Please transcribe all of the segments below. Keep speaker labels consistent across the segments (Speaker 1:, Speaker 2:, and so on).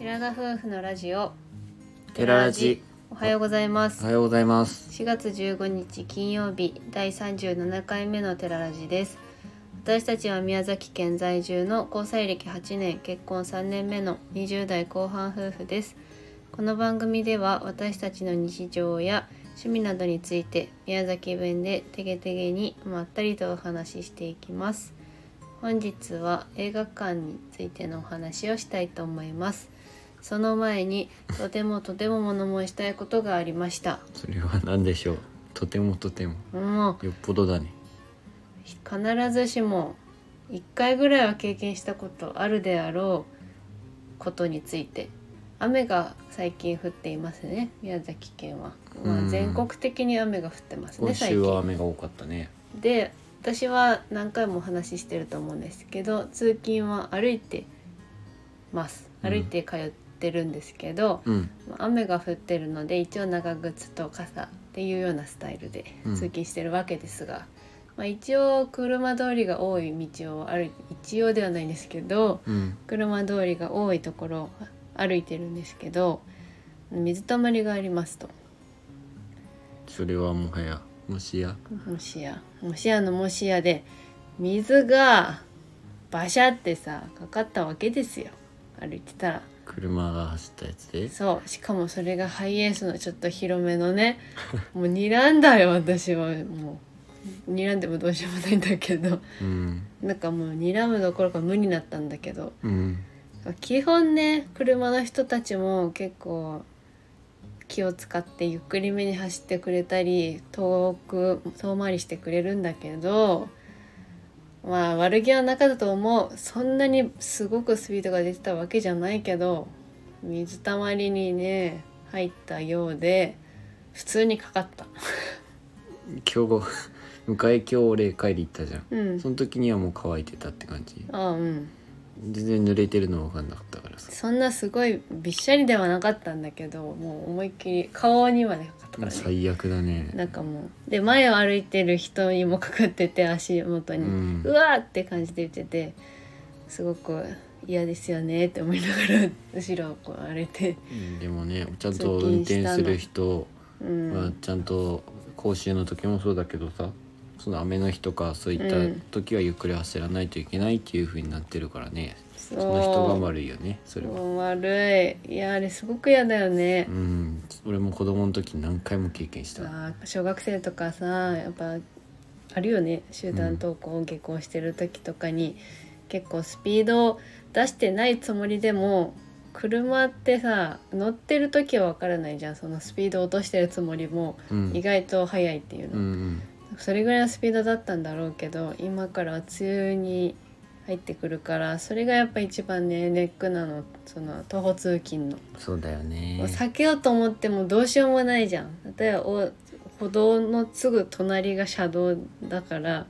Speaker 1: 夫婦のラジオ
Speaker 2: テララジ
Speaker 1: おはようございま
Speaker 2: お
Speaker 1: す
Speaker 2: はようございます
Speaker 1: 4月15日金曜日第37回目のテララジです私たちは宮崎県在住の交際歴8年結婚3年目の20代後半夫婦ですこの番組では私たちの日常や趣味などについて宮崎弁でてげてげにまったりとお話ししていきます本日は映画館についてのお話をしたいと思いますその前にとてもとても物申したいことがありました
Speaker 2: それは何でしょうとてもとても
Speaker 1: もう
Speaker 2: よっぽどだね
Speaker 1: 必ずしも1回ぐらいは経験したことあるであろうことについて雨が最近降っていますね宮崎県は、ま
Speaker 2: う
Speaker 1: あ、
Speaker 2: ん
Speaker 1: 全国的に雨が降ってますね
Speaker 2: 今
Speaker 1: 最
Speaker 2: 週は
Speaker 1: 近
Speaker 2: 雨が多かったね
Speaker 1: で私は何回もお話ししてると思うんですけど通勤は歩いてます
Speaker 2: うん
Speaker 1: 歩いて通ってるんですけど、
Speaker 2: うん
Speaker 1: まあ雨が降ってるので一応長靴と傘っていうようなスタイルで
Speaker 2: うん
Speaker 1: 通勤してるわけですが、まあ、一応車通りが多い道を歩い一応ではないんですけど
Speaker 2: うん
Speaker 1: 車通りが多いところを歩いてるんですけど水たまりがありますと
Speaker 2: それはもはやもしや
Speaker 1: もしやもしやのもしやで水がバシャってさかかったわけですよ歩いてたら。
Speaker 2: 車が走ったやつで
Speaker 1: そうしかもそれがハイエースのちょっと広めのね もう睨んだよ私はもう睨んでもどうしようもないんだけど
Speaker 2: うん
Speaker 1: なんかもう睨むどころか無になったんだけど
Speaker 2: うん
Speaker 1: 基本ね車の人たちも結構気を使ってゆっくりめに走ってくれたり遠く遠回りしてくれるんだけどまあ悪気はなかったと思うそんなにすごくスピードが出てたわけじゃないけど水たまりにね入ったようで普通にかかった。
Speaker 2: 今日 迎え今日俺帰り行ったじゃん
Speaker 1: うん
Speaker 2: その時にはもう乾いてたって感じ
Speaker 1: ああうん
Speaker 2: 全然濡れてるの分かんなかったからさ
Speaker 1: そんなすごいびっしゃりではなかったんだけどもう思いっきり顔にまでかかったからね。
Speaker 2: 最悪だね
Speaker 1: なんかもうで前を歩いてる人にもかかってて足元
Speaker 2: う
Speaker 1: に、うんわーって感じで言っててすごく嫌ですよねって思いながら後ろをこう歩いて、
Speaker 2: でもねちゃんと運転する人
Speaker 1: うん
Speaker 2: まあ、ちゃんと講習の時もそうだけどさその雨の日とかそういった時はゆっくり走らないといけないっていう風になってるからね、
Speaker 1: そ
Speaker 2: その人が悪いよねそれは、
Speaker 1: もう悪いいやあれすごく嫌だよね
Speaker 2: う、ん、俺も子供の時何回も経験した
Speaker 1: あー小学生とかさやっぱあるよね集団登校下校してる時とかに、結構スピードを出してないつもりでも車ってさ乗ってる時は分からないじゃんそのスピード落としてるつもりも
Speaker 2: うん
Speaker 1: 意外と速いっていう
Speaker 2: う
Speaker 1: の、
Speaker 2: ん
Speaker 1: それぐらいのスピードだったんだろうけど今から梅雨に入ってくるからそれがやっぱ一番ねネックなのその徒歩通勤の。
Speaker 2: うん、そうだよね
Speaker 1: もう避けようと思ってもどうしようもないじゃん例えばお歩道のすぐ隣が車道だから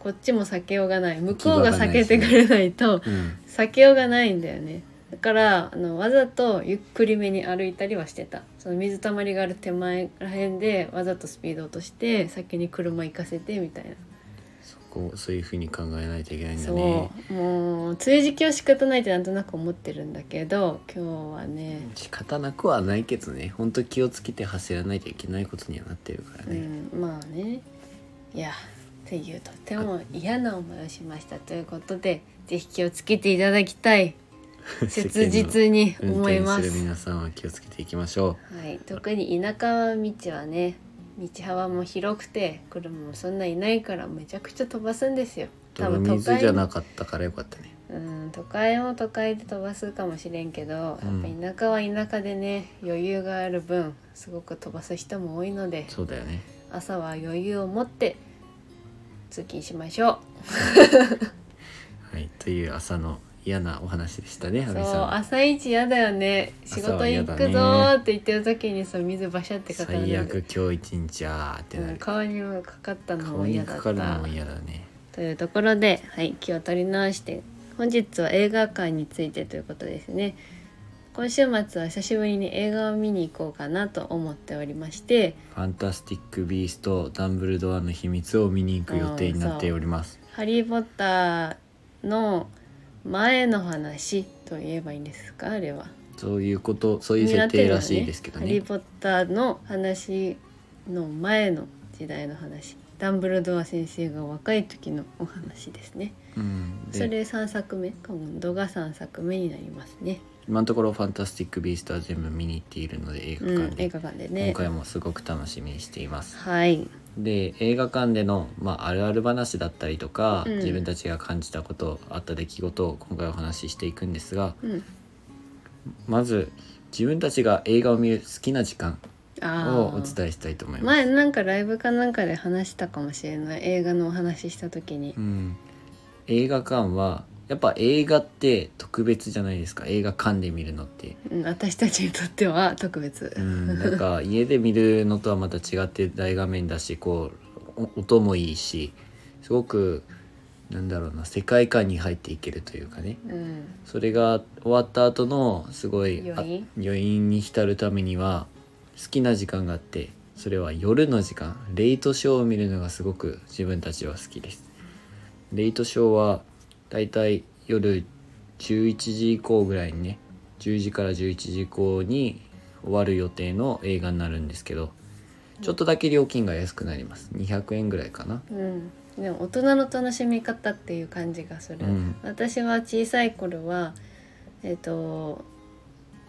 Speaker 1: こっちも避けようがない向こうが避けてくれないと
Speaker 2: うん、
Speaker 1: 避けようがないんだよねだからあのわざとゆっくりめに歩いたりはしてたその水たまりがある手前らへんでわざとスピード落として先に車行かせてみたいな
Speaker 2: そこそういう風に考えないといけないんだね
Speaker 1: そうもう梅雨時期は仕方ないってなんとなく思ってるんだけど今日はね
Speaker 2: 仕方なくはないけどね本当気をつけて走らないといけないことにはなってるからね、
Speaker 1: うん、まあねいやっていうとても嫌な思いをしましたということでぜひ気をつけていただきたい切実に
Speaker 2: 運
Speaker 1: 思いま
Speaker 2: 転
Speaker 1: す
Speaker 2: する皆さんは気をつけていきましょ
Speaker 1: はい、特に田舎道はね道幅も広くて車もそんないないからめちゃくちゃ飛ばすんですよ
Speaker 2: う
Speaker 1: 多
Speaker 2: 泥
Speaker 1: 分都
Speaker 2: 水じゃ
Speaker 1: 会
Speaker 2: なかったからよかったね
Speaker 1: うん都会も都会で飛ばすかもしれんけどやっ
Speaker 2: うん
Speaker 1: ぱ田舎は田舎でね余裕がある分すごく飛ばす人も多いので
Speaker 2: そうだよね
Speaker 1: 朝は余裕を持って通勤しましょ
Speaker 2: はい、という朝の嫌なお話でしたね、
Speaker 1: う。
Speaker 2: 阿
Speaker 1: そ
Speaker 2: 部
Speaker 1: う
Speaker 2: さん。
Speaker 1: 朝一やだよね。仕
Speaker 2: 朝
Speaker 1: 事
Speaker 2: は嫌
Speaker 1: 行
Speaker 2: だね
Speaker 1: くぞーって言ってる時にそう水バシャってかかるので
Speaker 2: 最悪今日一日あーってな
Speaker 1: うん
Speaker 2: る。
Speaker 1: 顔にもかかったの
Speaker 2: 顔
Speaker 1: も
Speaker 2: に
Speaker 1: 嫌だ
Speaker 2: か
Speaker 1: っ
Speaker 2: かるの
Speaker 1: た
Speaker 2: も。嫌だね。
Speaker 1: というところで、はい、気を取り直して本日は映画館についてということですね。今週末は久しぶりに映画を見に行こうかなと思っておりまして、
Speaker 2: ファンタスティック・ビースト、ダンブルドアの秘密を見に行く予定になっております。
Speaker 1: ハリー・ポッターの前の話と言えばいいんですかあれは。
Speaker 2: そういうことそういう設定らしいですけど
Speaker 1: ハリ
Speaker 2: ね
Speaker 1: ー・ポッターの話の前の時代の話ダンブルドア先生が若い時のお話ですね
Speaker 2: うん、
Speaker 1: そ
Speaker 2: で
Speaker 1: れ3作目今度が3作目になりますね、
Speaker 2: 今のところ「ファンタスティック・ビースト」は全部見に行っているので映画
Speaker 1: うん
Speaker 2: 館、で、
Speaker 1: 映画館でね
Speaker 2: 今回もすごく楽しみにしています
Speaker 1: はい
Speaker 2: で映画館での、まあ、あるある話だったりとか、
Speaker 1: うん
Speaker 2: 自分たちが感じたことあった出来事を今回お話ししていくんですが
Speaker 1: うん
Speaker 2: まず自分たちが映画を見る好きな時間
Speaker 1: あ
Speaker 2: を
Speaker 1: ー
Speaker 2: お伝えしたいと思います。
Speaker 1: 前なんかライブかなんかで話したかもしれない映画のお話しした時に
Speaker 2: うん、映画館はやっぱ映画って特別じゃないですか映画館で見るのって。
Speaker 1: うん私たちにとっては特別
Speaker 2: う、ん、な んか家で見るのとはまた違って大画面だしこうお音もいいしすごくなんだろうな世界観に入っていけるというかね。
Speaker 1: うん、
Speaker 2: それが終わった後のすごいあ
Speaker 1: 余韻
Speaker 2: 余韻に浸るためには好きな時間があってそれは夜の時間レイトショーを見るのがすごく自分たちは好きですレイトショーはだいたい夜11時以降ぐらいにね10時から11時以降に終わる予定の映画になるんですけどちょっとだけ料金が安くなります200円ぐらいかな
Speaker 1: うん、でも大人の楽しみ方っていう感じがする、
Speaker 2: うん
Speaker 1: 私は小さい頃はえっ、と、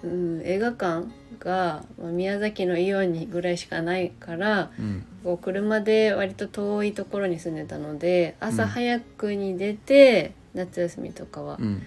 Speaker 1: うん、映画館がまあ宮崎のイオンにぐらいしかないから
Speaker 2: うん
Speaker 1: こう車で割と遠いところに住んでたので
Speaker 2: う
Speaker 1: 朝
Speaker 2: ん
Speaker 1: 早くに出て、夏休みとかは
Speaker 2: うん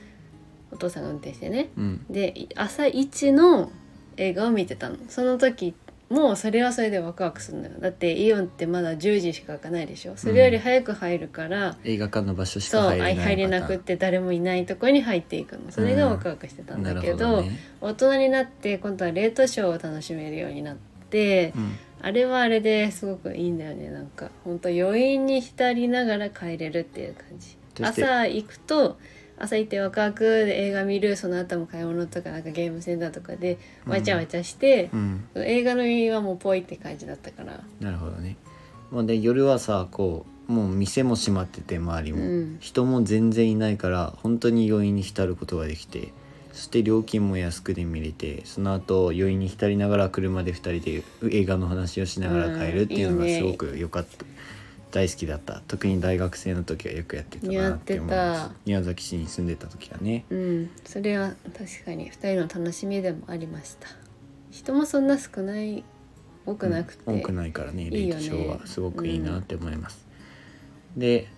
Speaker 1: お父さんが運転してね
Speaker 2: うん
Speaker 1: でい朝一の映画を見てたのその時もうそれはそれでワクワクするのよだってイオンってまだ10時しか開かないでしょそれより早く入るから、
Speaker 2: 映画館の場所し
Speaker 1: そう
Speaker 2: か入れない
Speaker 1: あ入れなくって誰もいないところに入っていくのそれがワクワクしてたんだ
Speaker 2: なる
Speaker 1: け
Speaker 2: ほ
Speaker 1: ど,、
Speaker 2: どね
Speaker 1: 大人になって今度はレートショーを楽しめるようになって、
Speaker 2: うん
Speaker 1: あれはあれですごくいいんだよねなんか本当余韻に浸りながら帰れるっていう感じ
Speaker 2: そして
Speaker 1: 朝行くと朝行ってワクワクで映画見るその後も買い物とかなんかゲームセンターとかで
Speaker 2: うん
Speaker 1: わちゃわちゃして
Speaker 2: う、ん
Speaker 1: 映画の余韻はもうぽいって感じだったから
Speaker 2: なるほどね、まあ、で夜はさこうもう店も閉まってて周りも、
Speaker 1: うん
Speaker 2: 人も全然いないから本当に余韻に浸ることができてそして料金も安くで見れてその後余韻に浸りながら車で2人で映画の話をしながら帰るっていうの
Speaker 1: う
Speaker 2: が
Speaker 1: んいい
Speaker 2: す
Speaker 1: ね
Speaker 2: ごく良かった、大好きだった特に大学生の時はよくやってたなって思い
Speaker 1: や
Speaker 2: ま
Speaker 1: って
Speaker 2: す
Speaker 1: た
Speaker 2: 宮崎市に住んでた時はね
Speaker 1: うんそれは確かに2人の楽しみでもありました人もそんな少ない多くなくて、
Speaker 2: うん多くないからねレイトショー
Speaker 1: いいよ
Speaker 2: は
Speaker 1: ね
Speaker 2: すごくいいなって思います、で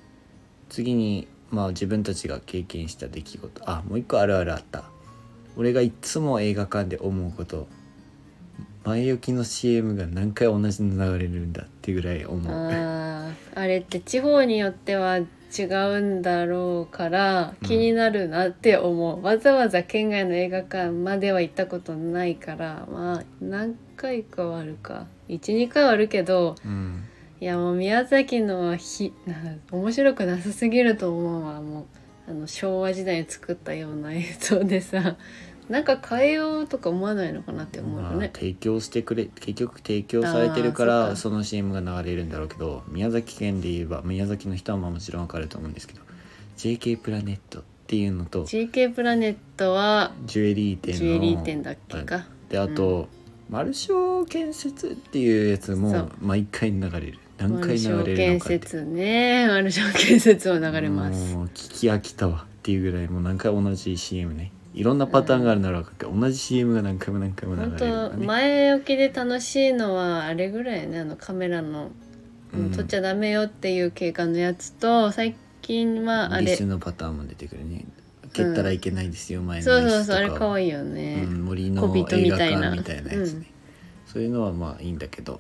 Speaker 2: 次にまあ自分たちが経験した出来事あもう一個あるあるあった俺がいつも映画館で思うこと前置きの CM が何回同じの流れるんだってぐらい思う
Speaker 1: あーあれって地方によっては違うんだろうから
Speaker 2: うん
Speaker 1: 気になるなって思う、わざわざ県外の映画館までは行ったことないからまあ何回かはあるか12回はあるけど
Speaker 2: うん
Speaker 1: いやもう宮崎のはひ な面白くなさすぎると思うわもうあの昭和時代に作ったような映像でさ なんか変えようとか思わないのかなって思うよ
Speaker 2: まあ
Speaker 1: ね。
Speaker 2: 提供してくれ結局提供されてるか
Speaker 1: あー
Speaker 2: ら
Speaker 1: そ
Speaker 2: その CM が流れるんだろうけど宮崎県で言えば宮崎の人はまあもちろんわかると思うんですけど JK プラネットっていうのと
Speaker 1: JK プラネットは
Speaker 2: ジュエリー店の
Speaker 1: ジュエリー店だっけか。
Speaker 2: であと、マルショー建設っていうやつ
Speaker 1: そ
Speaker 2: も
Speaker 1: う
Speaker 2: 毎回流れる何
Speaker 1: マ
Speaker 2: 回
Speaker 1: ルショ
Speaker 2: 流
Speaker 1: ー
Speaker 2: れる
Speaker 1: 建
Speaker 2: のかって
Speaker 1: 設ねマルショー建設を流れます
Speaker 2: もう聞き飽きたわっていうぐらいもう何回同じ CM ねいろんなパターンがあるなら分かるけど、同じ CM が何回も何回も流れる
Speaker 1: 本
Speaker 2: とか
Speaker 1: 当
Speaker 2: ね
Speaker 1: 前置きで楽しいのはあれぐらいねあのカメラの、
Speaker 2: うん
Speaker 1: 撮っちゃダメよっていう景観のやつと最近はあ
Speaker 2: リ
Speaker 1: れ
Speaker 2: スのパターンも出てくるね蹴ったらいけないですよ、前の
Speaker 1: そう
Speaker 2: リ
Speaker 1: そう
Speaker 2: ス
Speaker 1: そ
Speaker 2: と
Speaker 1: うあれ
Speaker 2: か
Speaker 1: 可
Speaker 2: は
Speaker 1: 愛いよね、
Speaker 2: うん、森
Speaker 1: 小
Speaker 2: の
Speaker 1: 人
Speaker 2: 映
Speaker 1: み
Speaker 2: 画
Speaker 1: たいな
Speaker 2: 館みたいなやつ
Speaker 1: う
Speaker 2: ね、
Speaker 1: ん
Speaker 2: そういうのはまあいいんだけど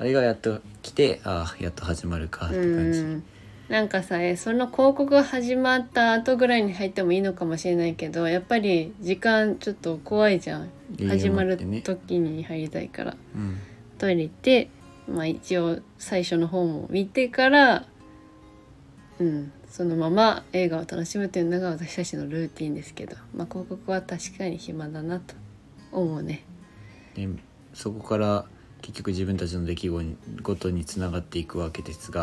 Speaker 2: あれがやっと来てああやっと始まるかって感じ、
Speaker 1: うんなんかさえその広告が始まった後ぐらいに入ってもいいのかもしれないけどやっぱり時間ちょっと怖いじゃん
Speaker 2: 余裕
Speaker 1: 始ま
Speaker 2: 持っ
Speaker 1: る
Speaker 2: てね
Speaker 1: 時に入りたいから、
Speaker 2: うん
Speaker 1: トイレ行って、まあ、一応最初の方も見てから、うん、そのまま映画を楽しむというのが私たちのルーティンですけど、まあ、広告は確かに暇だなと思うね。
Speaker 2: でそこから結局自分たちの出来事につながっていくわけですが、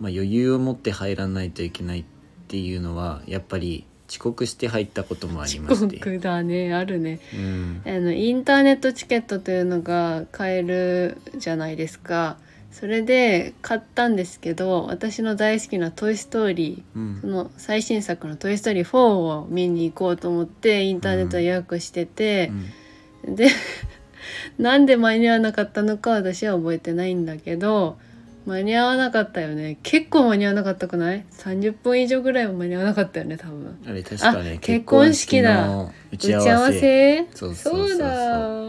Speaker 2: まあ、余裕を持って入らないといけないっていうのはやっぱり遅刻して入ったこともあり
Speaker 1: 遅
Speaker 2: まして
Speaker 1: 刻だねあるね
Speaker 2: うん
Speaker 1: あのインターネットチケットというのが買えるじゃないですかそれで買ったんですけど私の大好きな「トイ・ストーリ
Speaker 2: う
Speaker 1: ー」そ
Speaker 2: ん
Speaker 1: の最新作の「トイ・ストーリー4」を見に行こうと思ってインターネットで予約してて、で なんで間に合わなかったのか私は覚えてないんだけど間に合わなかったよね結構間に合わなかったくない ?30 分以上ぐらいは間に合わなかったよね多分
Speaker 2: あれ確かね
Speaker 1: あ結婚式だ
Speaker 2: の
Speaker 1: 打
Speaker 2: 打ち
Speaker 1: ち
Speaker 2: 合
Speaker 1: 合
Speaker 2: わ
Speaker 1: わ
Speaker 2: せ
Speaker 1: せ
Speaker 2: そうそうそうそう
Speaker 1: そうだ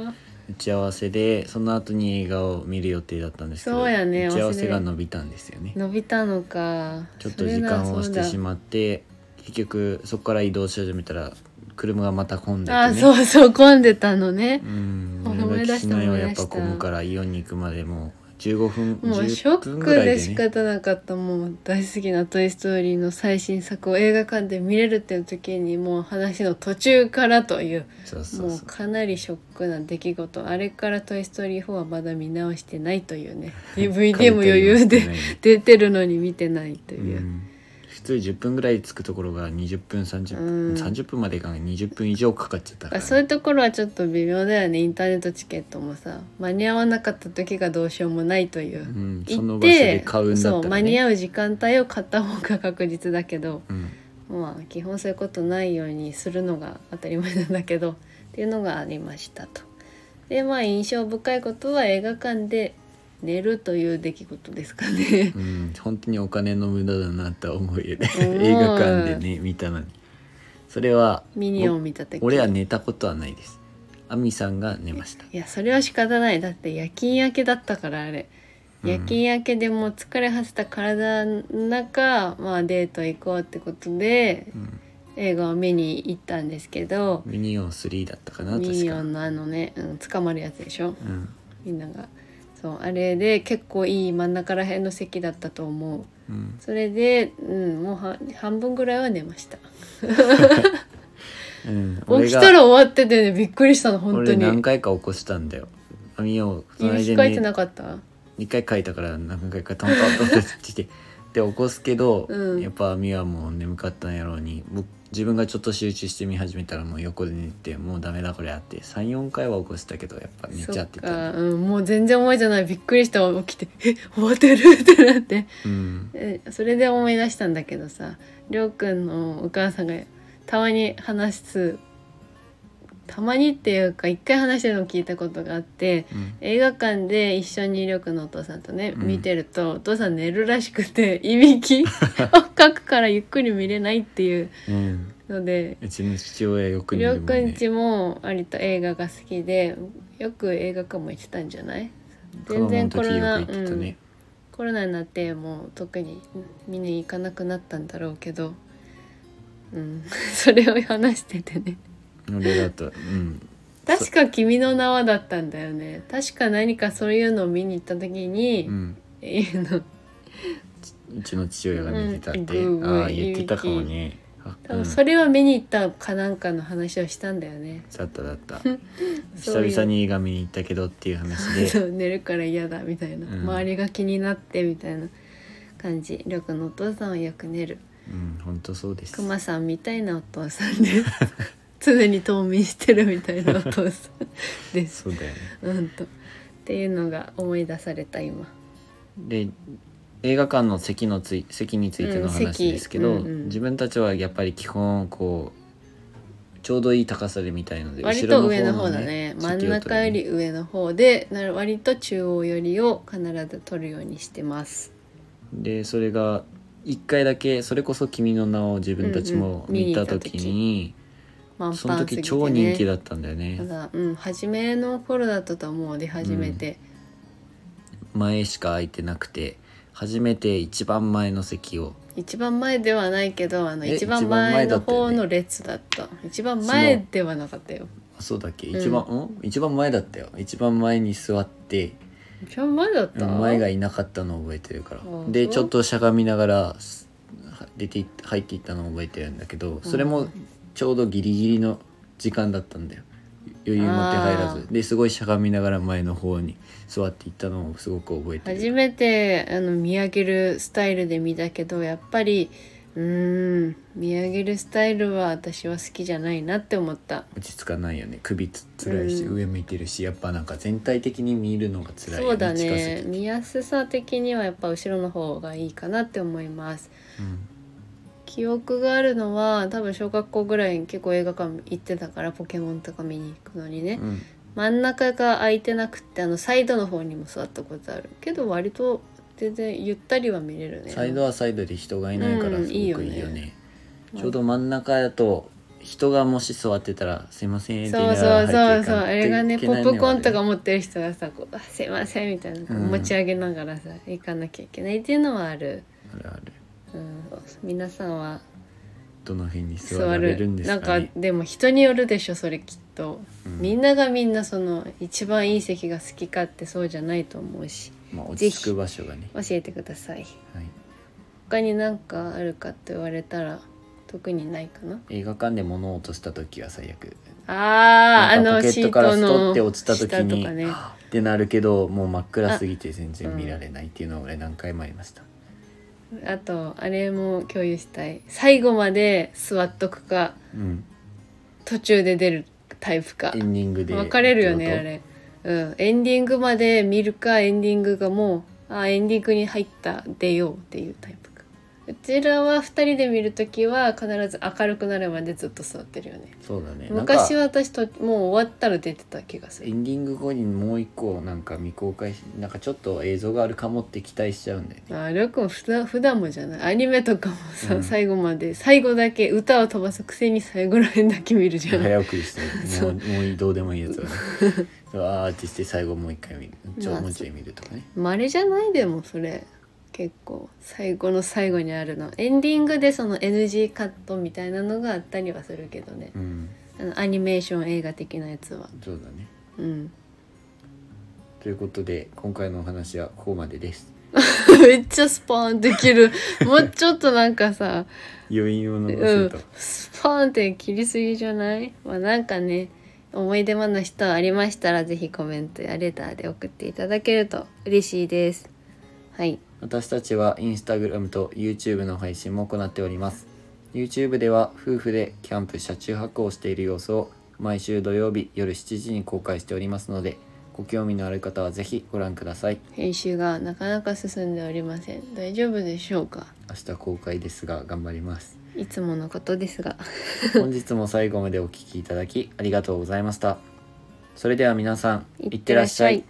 Speaker 2: 打ち合わせでその後に映画を見る予定だったんですけど
Speaker 1: そうやね
Speaker 2: 打ち合わせ
Speaker 1: 忘れ
Speaker 2: が伸びたんですよね
Speaker 1: 伸びたのか
Speaker 2: ちょっと時間をしてし
Speaker 1: ま
Speaker 2: まって結局そこから移動し始めたら車がまた混んでてね
Speaker 1: あそうそう混んでたのね
Speaker 2: うん
Speaker 1: あ
Speaker 2: 連絡しないは
Speaker 1: 思い
Speaker 2: やっ
Speaker 1: 出した思い出した
Speaker 2: ぱ混むからイオンに行くまでもう15分
Speaker 1: もうショ
Speaker 2: 10分
Speaker 1: ッ
Speaker 2: ぐ
Speaker 1: ク
Speaker 2: らい
Speaker 1: で
Speaker 2: で
Speaker 1: 仕
Speaker 2: ね
Speaker 1: 方なかったもう大好きな「トイ・ストーリー」の最新作を映画館で見れるっていう時にもう話の途中からという
Speaker 2: そうそう
Speaker 1: もう
Speaker 2: そう
Speaker 1: かなりショックな出来事あれから「トイ・ストーリー4」はまだ見直してないという ね DVD も余裕
Speaker 2: 書いて
Speaker 1: で
Speaker 2: ありますね
Speaker 1: 出てるのに見てないと
Speaker 2: う
Speaker 1: いう、
Speaker 2: ん普通10分ぐらい着くところが20分30分、
Speaker 1: うん
Speaker 2: 30分までいかない20分以上かかっちゃったから
Speaker 1: あ
Speaker 2: ね、
Speaker 1: そういうところはちょっと微妙だよねインターネットチケットもさ間に合わなかった時がどうしようもないという、
Speaker 2: うん、そ
Speaker 1: 行
Speaker 2: の
Speaker 1: っ
Speaker 2: 場所
Speaker 1: て
Speaker 2: で買うんだ
Speaker 1: そ
Speaker 2: っ
Speaker 1: う
Speaker 2: た
Speaker 1: 間
Speaker 2: ら、
Speaker 1: に
Speaker 2: ね、
Speaker 1: 合う時間帯を買った方が確実だけど
Speaker 2: うん
Speaker 1: まあ基本そういうことないようにするのが当たり前なんだけどっていうのがありましたと。でまあ印象深いことは映画館で寝るという出来事ですか ね。
Speaker 2: うん、本当にお金の無駄だなとは思うよね
Speaker 1: 思う
Speaker 2: 映画館でね見たのにそれは
Speaker 1: ミニオン見た時
Speaker 2: 俺は寝たことはないですアミさんが寝ました
Speaker 1: いやそれは仕方ないだって夜勤明けだったからあれ
Speaker 2: うん
Speaker 1: 夜勤明けでもう疲れ果てた体の中、まあ、デート行こうってことで
Speaker 2: うん
Speaker 1: 映画を見に行ったんですけど
Speaker 2: ミニオン3だったかな確か
Speaker 1: ミニオンのあのね、うん、捕まるやつでしょ
Speaker 2: うん
Speaker 1: みんながそうあれで結構いい真ん中ら辺の席だったと思う
Speaker 2: うん、
Speaker 1: それで、うん、もうは半分ぐらいは寝ました
Speaker 2: うん、
Speaker 1: 起きたら終わっててねびっくりしたの本当
Speaker 2: 俺何
Speaker 1: に
Speaker 2: 回か起こしたんだよ網をその
Speaker 1: 指
Speaker 2: 間
Speaker 1: 控えて
Speaker 2: に
Speaker 1: なかった
Speaker 2: 2回書いたから何回かトントントンって 来てで起こすけど、
Speaker 1: うん
Speaker 2: やっぱ網はもう眠かったんやろうに僕自分がちょっと集中して見始めたらもう横で寝てもうダメだこれやって34回は起こしたけどやっぱ寝ちゃってた
Speaker 1: そっ
Speaker 2: ね、
Speaker 1: か、うん、もう全然思いじゃないびっくりした起きて「 え終わってる」ってなって
Speaker 2: うん
Speaker 1: えそれで思い出したんだけどさりょうくんのお母さんがたまに話すたまにっていうか一回話してるのを聞いたことがあって
Speaker 2: うん
Speaker 1: 映画館で一緒にりょうくんのお父さんとね、
Speaker 2: うん
Speaker 1: 見てるとお父さん寝るらしくて いびきをかくからゆっくり見れないっていう
Speaker 2: うん
Speaker 1: ので
Speaker 2: うちの父親よく
Speaker 1: り
Speaker 2: 寝
Speaker 1: ょ
Speaker 2: る
Speaker 1: う
Speaker 2: もん
Speaker 1: くん
Speaker 2: ね
Speaker 1: ちも割と映画が好きでよく映画館も行ってたんじゃない
Speaker 2: 子供の時よく行っ
Speaker 1: 全然
Speaker 2: てた
Speaker 1: コロナう
Speaker 2: ね
Speaker 1: ん、コロナになってもう特に見に行かなくなったんだろうけど、うん、 それを話しててね
Speaker 2: 俺だとうん
Speaker 1: 確か「君の名は」だったんだよね確か何かそういうのを見に行った時に、
Speaker 2: うん
Speaker 1: えーの
Speaker 2: うちの父親が寝てたって、
Speaker 1: うんグーグー
Speaker 2: ああ言ってたかもねあ
Speaker 1: 多
Speaker 2: う
Speaker 1: 分
Speaker 2: ん
Speaker 1: それは見に行ったかなんかの話をしたんだよね。
Speaker 2: だっただった
Speaker 1: そういう
Speaker 2: 久々に映画見に行ったけどっていう話
Speaker 1: そ
Speaker 2: で
Speaker 1: う寝るから嫌だみたいな、
Speaker 2: うん
Speaker 1: 周りが気になってみたいな感じりょうくんのお父さんはよく寝る
Speaker 2: うん本当そうです
Speaker 1: くまさんみたいなお父さん です常に冬眠してるみたいなお父さんです
Speaker 2: そうだよね
Speaker 1: うんとっていうのが思い出された今
Speaker 2: で映画館の席のつい席についての
Speaker 1: うん
Speaker 2: 話
Speaker 1: 席
Speaker 2: ですけど、
Speaker 1: うんうん
Speaker 2: 自分たちはやっぱり基本こうちょうどいい高さで見たいので
Speaker 1: 割
Speaker 2: 後ろ
Speaker 1: と上の方だね
Speaker 2: ね
Speaker 1: 真ん中より上の方でな割と中央よりを必ず取るようにしてます
Speaker 2: でそれが一回だけそれこそ「君の名」を自分たちも
Speaker 1: うんうん
Speaker 2: 見た時に,、
Speaker 1: 満
Speaker 2: その
Speaker 1: 帆すぎて、
Speaker 2: 時
Speaker 1: ね、
Speaker 2: 超人気だったんだよ
Speaker 1: た
Speaker 2: ね
Speaker 1: だうん初めの頃だったと思うで初めて、
Speaker 2: 前しか空いてなくて初めて一番前の席を
Speaker 1: 一番前ではないけどあの
Speaker 2: え
Speaker 1: 一番前の
Speaker 2: 一番前だったよ
Speaker 1: 方
Speaker 2: ね
Speaker 1: の列だった一番前ではなかったよ
Speaker 2: あそうだっけ
Speaker 1: うん
Speaker 2: 一番、ん、一番前だったよ一番前に座って
Speaker 1: 一番前だった
Speaker 2: 前がいなかったのを覚えてるから
Speaker 1: うん
Speaker 2: でちょっとしゃがみながらす出ていっ入っていったのを覚えてるんだけどそれもちょうどギリギリの時間だったんだよ余裕持って入ら
Speaker 1: あ
Speaker 2: ず
Speaker 1: ー
Speaker 2: ですごいしゃがみながら前の方に座っていったのをすごく覚えてる
Speaker 1: 初めてあの見上げるスタイルで見たけどやっぱりうーん見上げるスタイルは私は好きじゃないなって思った
Speaker 2: 落ち着かないよね首つつらいし、
Speaker 1: うん
Speaker 2: 上向いてるしやっぱなんか全体的に見るのが辛いよね
Speaker 1: そうだ
Speaker 2: 近づい
Speaker 1: ね
Speaker 2: て
Speaker 1: 見やすさ的にはやっぱ後ろの方がいいかなって思います
Speaker 2: うん
Speaker 1: 記憶があるのは多分小学校ぐらいに結構映画館行ってたからポケモンとか見に行くのにね、
Speaker 2: うん
Speaker 1: 真ん中が空いてなくってあのサイドの方にも座ったことあるけど割と全然ゆったりは見れるね
Speaker 2: サイドはサイドで人がいないから
Speaker 1: う
Speaker 2: す
Speaker 1: ん
Speaker 2: ごくい
Speaker 1: い
Speaker 2: い
Speaker 1: い
Speaker 2: よ
Speaker 1: よ
Speaker 2: ね,、
Speaker 1: ね
Speaker 2: ちょうど真ん中だと人がもし座ってたら「すいません」って
Speaker 1: そ
Speaker 2: 言
Speaker 1: う
Speaker 2: いな
Speaker 1: そ
Speaker 2: が
Speaker 1: う
Speaker 2: ら
Speaker 1: そう
Speaker 2: 入ってい
Speaker 1: そうあ
Speaker 2: かない
Speaker 1: れがね
Speaker 2: とい
Speaker 1: ポ
Speaker 2: けな
Speaker 1: ッ
Speaker 2: いのよ
Speaker 1: プコーンとか
Speaker 2: あ
Speaker 1: 持ってる人がさこうあ「すいません」みたいなこう
Speaker 2: うん
Speaker 1: 持ち上げながらさ、行かなきゃいけないっていうのはある、
Speaker 2: れあるある
Speaker 1: うん、皆さんは
Speaker 2: どの辺に座
Speaker 1: 座
Speaker 2: られ
Speaker 1: る
Speaker 2: るんです
Speaker 1: なん
Speaker 2: か
Speaker 1: か
Speaker 2: ね
Speaker 1: でも人によるでしょそれきっと、
Speaker 2: うん
Speaker 1: みんながみんなその一番いい席が好きかってそうじゃないと思うし
Speaker 2: まあ、落ち着く場所がね、
Speaker 1: 教えてください
Speaker 2: はい、
Speaker 1: 他に何かあるかって言われたら特にないかな
Speaker 2: 映画館で物を落とした時は最悪
Speaker 1: あーあ
Speaker 2: なんか
Speaker 1: の
Speaker 2: ポケ
Speaker 1: シ
Speaker 2: ット
Speaker 1: ー
Speaker 2: から
Speaker 1: ト
Speaker 2: スト
Speaker 1: の
Speaker 2: って落ちた時
Speaker 1: 下と
Speaker 2: に、
Speaker 1: かね
Speaker 2: はぁってなるけどもう真っ暗すぎて全然見られないっていうのを俺何回もありました、
Speaker 1: あとあれも共有したい最後まで座っとくか
Speaker 2: うん、
Speaker 1: 途中で出るタイプか
Speaker 2: エンディングで
Speaker 1: 分かれるよね
Speaker 2: ってこ
Speaker 1: あれ、うん、エンディングまで見るかエンディングがもうあエンディングに入った出ようっていうタイプかうちらは2人で見る時は必ず明るくなるまでずっと座ってるよね
Speaker 2: とそうだね
Speaker 1: 昔は
Speaker 2: なんか
Speaker 1: 私ともう終わったら出てた気がす
Speaker 2: エ
Speaker 1: る
Speaker 2: ンディング後にもう一個なんか未公開しなんかちょっと映像があるかもって期待しちゃうんだよね
Speaker 1: ありょうくんふだ普段もじゃないアニメとかもさ、
Speaker 2: うん
Speaker 1: 最後まで最後だけ歌を飛ばすくせに最後らへんだけ見るじゃん
Speaker 2: 早送りして
Speaker 1: そ
Speaker 2: も
Speaker 1: う
Speaker 2: うもうどうでもいいやつ はねそうあーってして最後もう一回見るちょ、
Speaker 1: まあ
Speaker 2: もうちょい見るとかね
Speaker 1: まれじゃないでもそれ結構最後の最後にあるのエンディングでその NG カットみたいなのがあったりはするけどね
Speaker 2: うん
Speaker 1: あのアニメーション映画的なやつは
Speaker 2: そうだね
Speaker 1: うん
Speaker 2: ということで今回のお話はここまでです
Speaker 1: めっちゃスパーンできるもうちょっとなんかさ、
Speaker 2: 余韻を
Speaker 1: う
Speaker 2: 残せ
Speaker 1: ん
Speaker 2: と、、
Speaker 1: スパーンって切りすぎじゃないまあなんかね思い出話とありましたらぜひコメントやレターで送っていただけると嬉しいですはい
Speaker 2: 私たちはインスタグラムと YouTube の配信も行っております YouTube では夫婦でキャンプ車中泊をしている様子を毎週土曜日夜7時に公開しておりますのでご興味のある方はぜひご覧ください
Speaker 1: 編集がなかなか進んでおりません大丈夫でしょうか
Speaker 2: 明日公開ですが頑張ります
Speaker 1: いつものことですが。
Speaker 2: 本日も最後までお聴きいただきありがとうございましたそれでは皆さんいってらっしゃい